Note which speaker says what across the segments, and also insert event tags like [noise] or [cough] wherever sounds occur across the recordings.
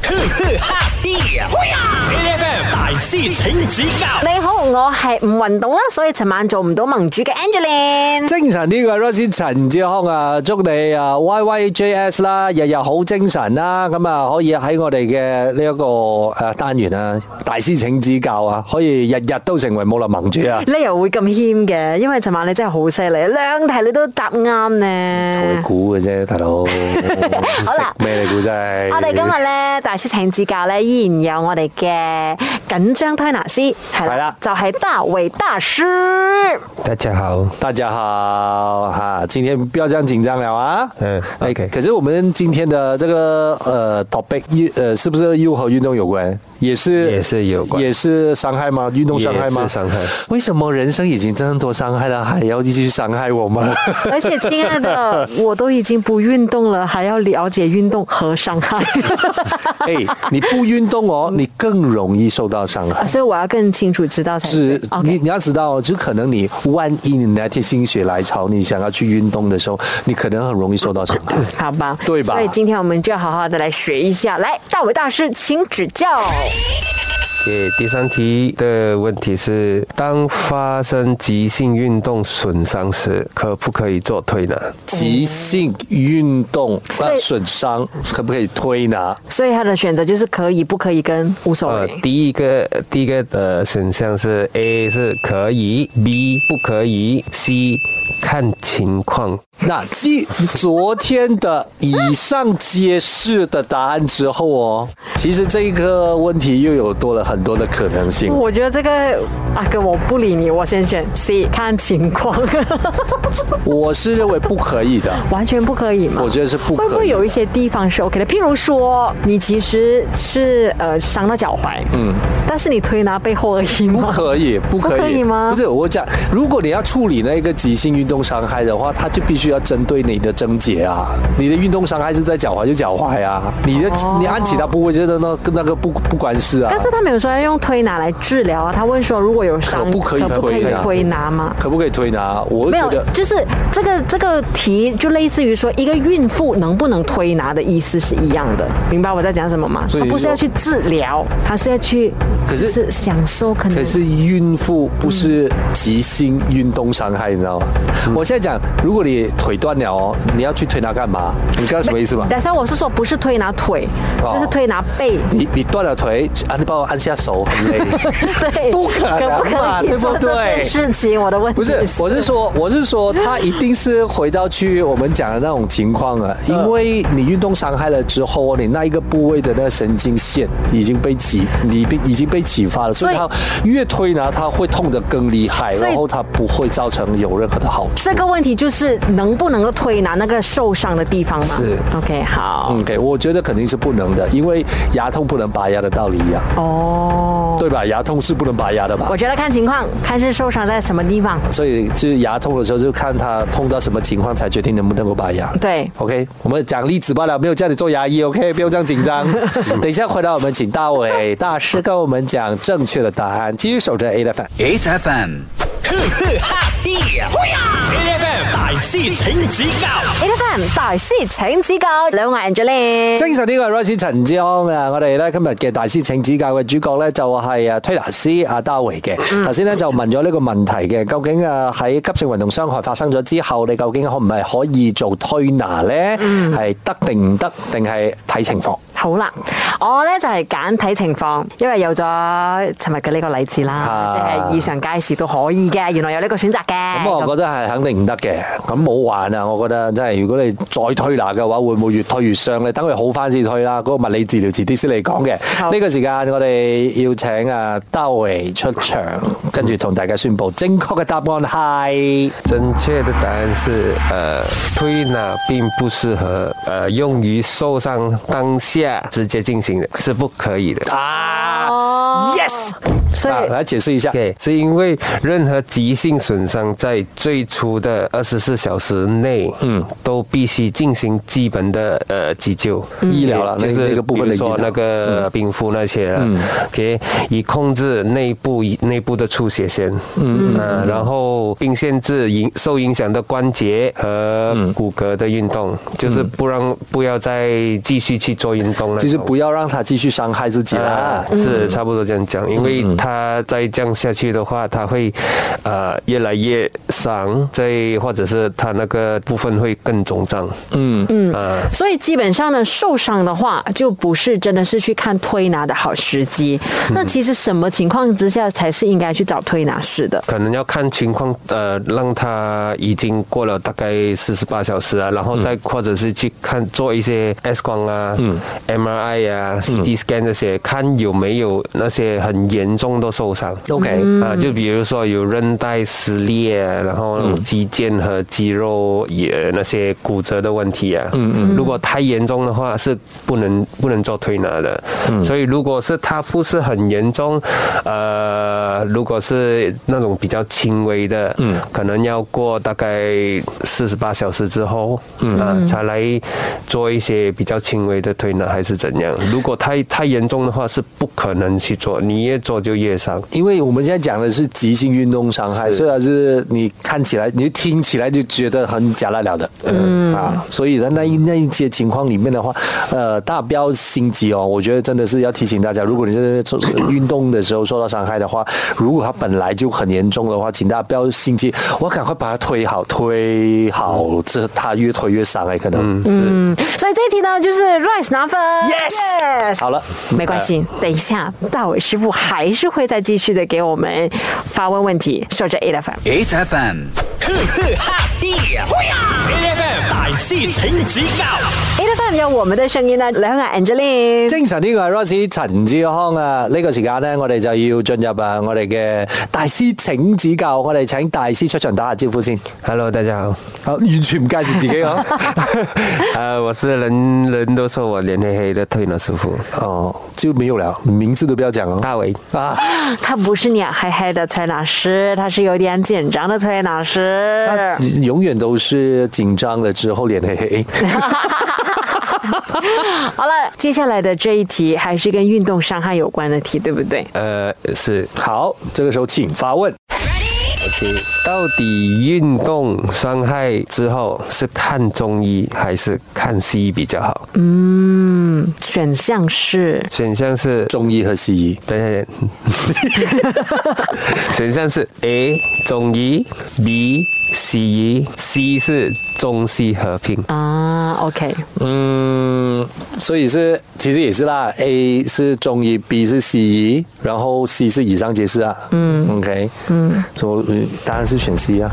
Speaker 1: 哈嘿呀！A.F.M. 大師請指教
Speaker 2: 你好，我係唔運動啦，所以尋晚做唔到盟主嘅 Angeline。
Speaker 3: 精神呢個 r o s i 陳志康啊，祝你啊 Y Y J S 啦，日日好精神啦，咁啊可以喺我哋嘅呢一個誒單元啊，大師請指教啊，可以日日都成為武林盟主啊！
Speaker 2: 你又會咁謙嘅，因為尋晚你真係好犀利，兩題你都答啱
Speaker 3: 同你
Speaker 2: 呢。
Speaker 3: 估嘅啫，
Speaker 2: [laughs]
Speaker 3: 大佬。好
Speaker 2: 啦
Speaker 3: 咩你估啫？
Speaker 2: 我哋今日咧大師請指教咧，依然有我哋嘅緊張推拿師，係
Speaker 3: 係啦
Speaker 2: 就係大衛大
Speaker 3: [laughs]
Speaker 2: 師。
Speaker 4: 大家好，
Speaker 3: 大家好哈，今天不要这样紧张了啊。
Speaker 4: 嗯
Speaker 3: 哎
Speaker 4: OK
Speaker 3: 可是我们今天的这个呃 topic 又呃是不是又和运动有关？也是
Speaker 4: 也是有关
Speaker 3: 也是伤害吗？运动伤害吗？
Speaker 4: 也是伤害。
Speaker 3: 为什么人生已经这么多伤害了，还要继续伤害我
Speaker 4: [laughs]
Speaker 3: 们？
Speaker 2: 而且，親愛的，我都已經不運動了，還要了解運動和傷
Speaker 3: [laughs]
Speaker 2: 害，
Speaker 3: 哎，你不运动哦，
Speaker 4: 嗯
Speaker 3: 你更容易受到伤
Speaker 4: 啊
Speaker 3: 害。
Speaker 2: 啊所以我要更清楚知道才
Speaker 3: 是
Speaker 2: 對 OK
Speaker 3: 你你要知道，就可能你万一你那天心血来潮，你想要去运动的时候，你可能很容易受到伤害。
Speaker 2: 好吧，
Speaker 3: 对吧
Speaker 2: 所以今天我们就要好好的来学一下。来，大伟大师，请指教。
Speaker 4: 给第三题的问题是：当发生急性运动损伤时，可不可以做推拿？
Speaker 3: 急性运动
Speaker 2: 所
Speaker 3: 呃
Speaker 2: 以
Speaker 3: 损伤可不可以推拿？
Speaker 2: 所以他的选择就是可以、不可以跟无所
Speaker 4: 呃
Speaker 2: 谓。，
Speaker 4: 第一个第一个呃选项是 A 是可以，B 不可以，C 看情况。
Speaker 3: 那继昨天的以上皆是的答案之后哦，其实这个问题又有多了很多的可能性。
Speaker 2: 我觉得这个阿哥我不理你，我先选 C，看情况， [laughs]
Speaker 3: 我是认为不可以的，
Speaker 2: 完全不可以吗？
Speaker 3: 我觉得是不可以
Speaker 2: 会不会有一些地方是 OK 的？譬如说，你其实是呃伤了脚踝，嗯，但是你推拿背后而已
Speaker 3: 不
Speaker 2: 吗？
Speaker 3: 可以，不可以，
Speaker 2: 不可以吗
Speaker 3: 不是我讲，如果你要处理那个急性运动伤害的话，它就必须要针对你的症结啊。你的运动伤害是在脚踝就脚踝啊，你的、你按其他部位就是那跟那个不不关事啊。
Speaker 2: 哦但是他没有说要用推拿来治疗啊，他问说如果有伤，
Speaker 3: 可不可以推拿
Speaker 2: 推拿吗？
Speaker 3: 可不可以推拿？我觉
Speaker 2: 没有
Speaker 3: 得，。
Speaker 2: 就是这个这个题就类似于说一个孕妇能不能推拿的意思是一样的，明白我在讲什么吗？
Speaker 3: 所以
Speaker 2: 她不是
Speaker 3: 说
Speaker 2: 要去治疗，她是要去，
Speaker 3: 可是
Speaker 2: 就是享受可能。
Speaker 3: 可是孕妇不是急性运动伤害，你知道吗？
Speaker 2: 嗯
Speaker 3: 我现在讲，如果你腿断了哦，你要去推拿干嘛？你知道什么意思吗？
Speaker 2: 但是我是说不是推拿腿，
Speaker 3: 哦
Speaker 2: 就是推拿
Speaker 3: [laughs]
Speaker 2: 背。
Speaker 3: 你你断了腿，按你帮我按下手，很累。
Speaker 2: 对，
Speaker 3: 不可能嘛
Speaker 2: 可
Speaker 3: 对
Speaker 2: 不可以
Speaker 3: 不
Speaker 2: 做这件
Speaker 3: 对
Speaker 2: 事情？我的问题 [laughs]
Speaker 3: 不是，我是说，我是说，他一定是回到去我们讲的那种情况啊，
Speaker 2: 嗯
Speaker 3: 因为你运动伤害了之后，你那一个部位的那个神经线已经被启，你被已经被启发了，所以
Speaker 2: 所
Speaker 3: 它
Speaker 2: 以
Speaker 3: 越推拿，它会痛得更厉害，
Speaker 2: 所以
Speaker 3: 然后它不会造成有任何的好处
Speaker 2: 这。个问题就是能不能够推拿那个受伤的地方吗？
Speaker 4: 是
Speaker 2: OK，好。
Speaker 3: 嗯，对，我觉得肯定是不能的，因为牙痛不能拔牙的道理一样，
Speaker 2: 哦，
Speaker 3: 对吧？牙痛是不能拔牙的吧
Speaker 2: 我？觉得看情况，看是受伤在什么地方。
Speaker 3: 所以就是牙痛的时候，就看他痛到什么情况才决定能不能够拔牙。
Speaker 2: 对
Speaker 3: ，OK，我们讲例子罢了，没有叫你做牙医，OK，不用这样紧张。等一下回来我们请大伟大师跟我们讲正确的答案，继续守着 A 的饭。
Speaker 1: ，H.F.M. 呵呵哈嘿呀！A.F.M. 大師請指教
Speaker 2: A F M 大師請指教，兩位 Angeline，
Speaker 3: 精神呢個 r o s i 陳志康啊，我哋咧今日嘅大師請指教嘅主角咧就係啊推拿師阿 d a 嘅。頭先咧就問咗呢個問題嘅，究竟啊喺急性運動傷害發生咗之後，你究竟可唔係可以做推拿咧？係得定唔得，定係睇情況？
Speaker 2: 好啦，我咧就係揀睇情況，因為有咗尋日嘅呢個例子啦，
Speaker 3: 啊
Speaker 2: 即係以上街市都可以嘅，原來有呢個選擇
Speaker 3: 咁我
Speaker 2: 嘅。
Speaker 3: 覺得係肯定唔得嘅，咁冇玩啊！我覺得真係，如果你再推拿嘅話，會唔會越推越傷咧？等佢好翻先推啦。嗰、個物理治療遲啲先嚟講
Speaker 2: 好
Speaker 3: 嘅。呢個時間我哋要請啊 d a 出場，跟住同大家宣布正確嘅答案係
Speaker 4: 正确的答案是呃，推拿并不适合呃用于受伤当下直接进行的，是不可以的。
Speaker 3: 啊、
Speaker 2: 哦
Speaker 3: y e s
Speaker 2: 所以
Speaker 3: 啊，来解释一下。
Speaker 4: OK，是因为任何急性损伤在最初的二十四小时内，嗯，都必须进行基本的呃急救、
Speaker 3: 医疗啦
Speaker 4: 就
Speaker 3: 那
Speaker 4: 是
Speaker 3: 那个部分的
Speaker 4: 比如
Speaker 3: 医
Speaker 4: 说
Speaker 3: 疗
Speaker 4: 那个嗯冰敷那些啦。OK，以控制内部内部的出血线，嗯嗯，然后并限制影受影响的关节和骨骼的运动，就是不让不要再继续去做运动了，
Speaker 3: 就是不要让他继续伤害自己啦
Speaker 4: 啊。，是差不多这样讲，因为它再这样下去的话，它会呃越来越伤，再或者是它那个部分会更肿胀。嗯嗯啊，
Speaker 2: 所以基本上呢，受伤的话就不是真的是去看推拿的好时机。
Speaker 3: 嗯
Speaker 2: 那其实什么情况之下才是应该去找推拿师的？
Speaker 4: 可能要看情况，呃，让它已经过了大概四十八小时啊，然后再或者是去看做一些 X 光啊、嗯、MRI 啊、CT scan 这些，看有没有那些很严重的受伤。
Speaker 3: OK，
Speaker 4: 啊，就比如说有韧带撕裂，然后那种肌腱和肌肉也那些骨折的问题啊。嗯嗯。如果太严重的话，是不能不能做推拿的。嗯。所以如果是它不是很严重，呃，如果是那种比较轻微的，嗯，可能要过大概四十八小时之后，嗯、啊，才来做一些比较轻微的推拿还是怎样。如果太太严重的话，是不可能去做，你越做就越伤。
Speaker 3: 因为我们现在讲的是急性运动伤害，
Speaker 4: 是
Speaker 3: 虽然是你看起来、你听起来就觉得很假烂了的，嗯啊，所以呢，那一那一些情况里面的话，呃，大家不要心急哦。我觉得真的是要提醒大家，如果你是做运动的时候受到伤害的话，如果它本来就很严重的话，请大家不要心急，我赶快把它推好，推好，这它越推越伤哎，可能。
Speaker 2: 嗯，所以这一题呢，就是 Rice 拿分。
Speaker 3: Yes！好了，
Speaker 2: 没关系，等一下大伟师傅还是会再继续的给我们发问问题。守着 A F M。
Speaker 1: HFM，呵呵哈嘿呀！HFM 大师请指教
Speaker 2: A F M 有我们的声音呢，来看看 Angeline。
Speaker 3: 精神呢個係 Rosie 陳志康啊！呢、個時間呢，我哋就要進入啊我哋嘅大師請指教，我哋請大師出場打下招呼先。
Speaker 4: Hello，大家好。
Speaker 3: 好，完全唔介紹自己啊！
Speaker 4: [laughs] 呃，我是人人都说我脸黑黑的推拿师傅
Speaker 3: [laughs] 哦，就沒有了，名字都不要講哦。
Speaker 4: 大伟。
Speaker 3: 啊，
Speaker 2: 他不是脸黑黑的崔老师，他是有点紧张的崔老师。
Speaker 3: 啊永遠都是緊張了之後臉黑黑。
Speaker 2: 好了，接下来的这一题还是跟运动伤害有关的题，对不对？
Speaker 4: 呃，是
Speaker 3: 好，這個時候請發問。
Speaker 4: OK。到底运动伤害之后是看中医还是看西医比较好？
Speaker 2: 选项是
Speaker 4: 选项是
Speaker 3: 中醫和西醫，
Speaker 4: 等一下先， [laughs] 选项是 A 中医，B 西医，C 是中西合并。
Speaker 2: 啊，OK，
Speaker 3: 嗯，所以是其實也是啦，A 是中醫，B 是西醫，然後 C 是以上皆是啊。嗯，OK，嗯，所以當然是選 C [laughs] 啊。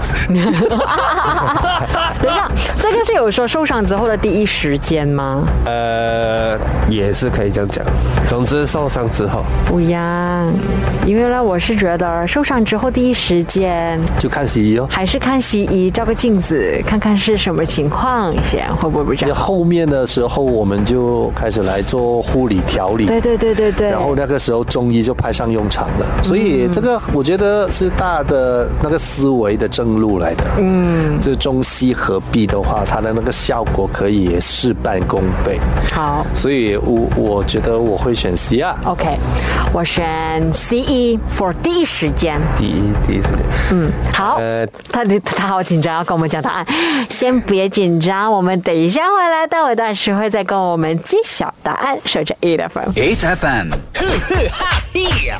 Speaker 2: 等一下，这个是有说受伤之后的第一时间吗？
Speaker 4: 呃，也是可以这样讲。总之受伤之后，
Speaker 2: 不一样，因为呢，我是觉得受伤之后第一时间
Speaker 3: 就看西医哦。
Speaker 2: 还是看西医，照个镜子看看是什么情况先，会不会比较好？
Speaker 3: 后面的时候，我们就开始来做护理调理。
Speaker 2: 对对对对对，
Speaker 3: 然后那个时候中医就派上用场了，所以这个我觉得是大的那个思维的正路来的。嗯，就中西合璧的话，它的那个效果可以事半功倍。
Speaker 2: 好。
Speaker 3: 所以我我觉得我会选 C 啊。
Speaker 2: OK，我选 C E for 第一时间。
Speaker 4: 第一第一次。
Speaker 2: 嗯，好，
Speaker 4: 呃
Speaker 2: 他他好紧张，要跟我们讲答案。先别紧张，我们等一下回来，待会到时会再跟我们揭晓答案。守着 A 的分。 [laughs]
Speaker 1: ，HFM，呵呵哈嘿呀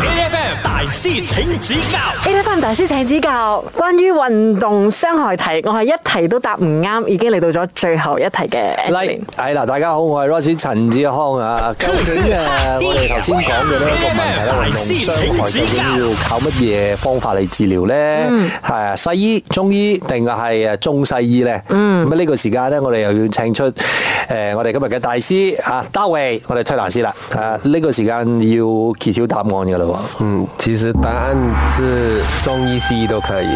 Speaker 1: ！HFM 大师请指教
Speaker 2: A 的分大師請指教，關於運動傷害題，我係一題都答唔啱，已經嚟到咗最後一題嘅 Angeline。
Speaker 3: 嚟係哎啦，大家好，我係 Rosie 陳志康啊。究竟誒，我哋頭先講嘅呢一個問題咧，運動傷害究竟要靠乜嘢方法嚟治療咧？係啊，西醫、中醫定係誒啊中西醫咧？嗯，咁呢個時間咧，我哋又要請出誒呃我哋今日嘅大師啊，大衛，我哋推拿師啦。啊，呢個時間要揭曉答案嘅啦喎。
Speaker 4: 嗯，其实答案是 E 中医、西医都可以。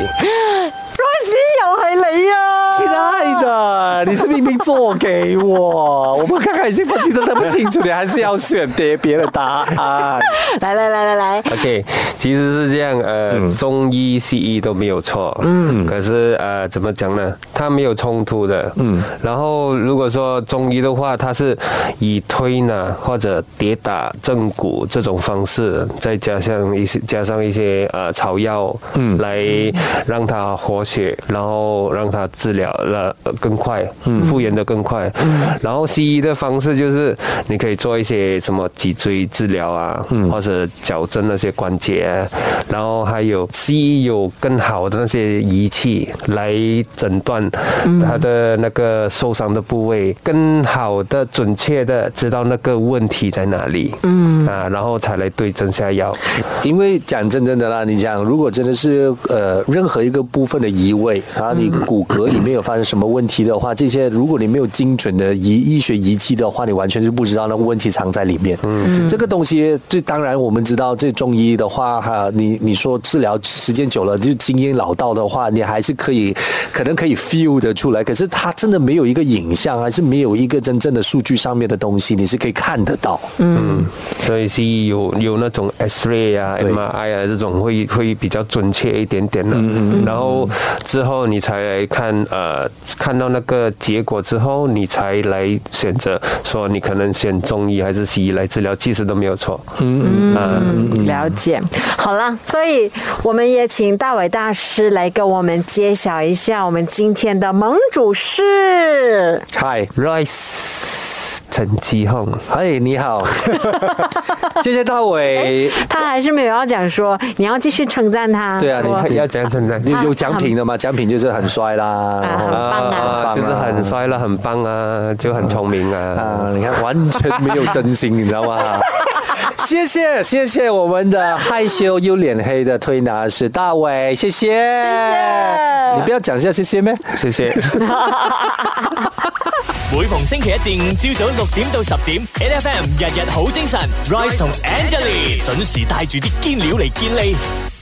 Speaker 2: Rosie 又係你啊！
Speaker 3: 親愛的，了，你是明明做给我，我们刚刚已经分析的那么清楚，你还是要选别别的答案。
Speaker 2: 来来来来来，
Speaker 4: OK，其实是这样，呃，中医、西医都没有错，嗯，可是呃，怎么讲呢？它没有冲突的，嗯。然后如果说中医的话，它是以推拿或者跌打正骨这种方式，再加上一些加上一些呃草药，嗯，来让它活血，然后让它治疗了更快，嗯，复原的更快。然后西医的方式就是你可以做一些什么脊椎治疗啊，嗯，或者矫正那些关节啊，然后还有西医有更好的那些仪器来诊断他的那个受伤的部位，更好的、准确的知道那个问题在哪里，嗯啊，然后才来对症下药。
Speaker 3: 因为讲真正的啦，你讲如果真的是呃任何一个部分的移位，然后你骨骼里面有发生什么问题的话，这些如果你没有精准的仪医学仪器的话，你完全是不知道那个问题藏在里面。嗯，这个东西，这当然我们知道，这中医的话哈，你你说治疗时间久了，就经验老道的话，你还是可以可能可以 feel 得出来，可是它真的没有一个影像，还是没有一个真正的数据上面的东西，你是可以看得到。
Speaker 4: 嗯，所以西医有有那种 X-ray 啊、
Speaker 3: 对
Speaker 4: MRI 啊这种会会比较准确一点点的。然后之后你才来看呃看到那个结果之后，你才来选择说你可能选中医还是西医来治疗，其实都没有错。嗯嗯。
Speaker 2: 嗯，了解。好啦，所以我们也请大伟大师来跟我们揭晓一下我们今天的盟主是。
Speaker 3: 嗨，
Speaker 4: Rice 陈吉宏，
Speaker 3: 嗨，你 [laughs] 好，谢谢大伟。
Speaker 2: 他还是没有要讲说，你要继续称赞他。
Speaker 3: 对啊你
Speaker 2: 说
Speaker 3: 看
Speaker 4: 要讲称赞。
Speaker 3: 有有奖品的嘛？奖品就是很帅啦，然后
Speaker 2: 很棒啊
Speaker 4: 就是很帅了，很棒啊，就很聪明啊。
Speaker 3: 啊，你看完全没有真心，你知道 [laughs] 吗？谢谢谢谢我们的害羞又脸黑的推拿师大伟，谢谢。你不要讲一下谢谢咩？
Speaker 4: 谢谢。
Speaker 1: 每逢星期一至五朝早六点到十点，N F M 日日好精神，Rise 同 Angelie 准时带住啲堅料嚟健利。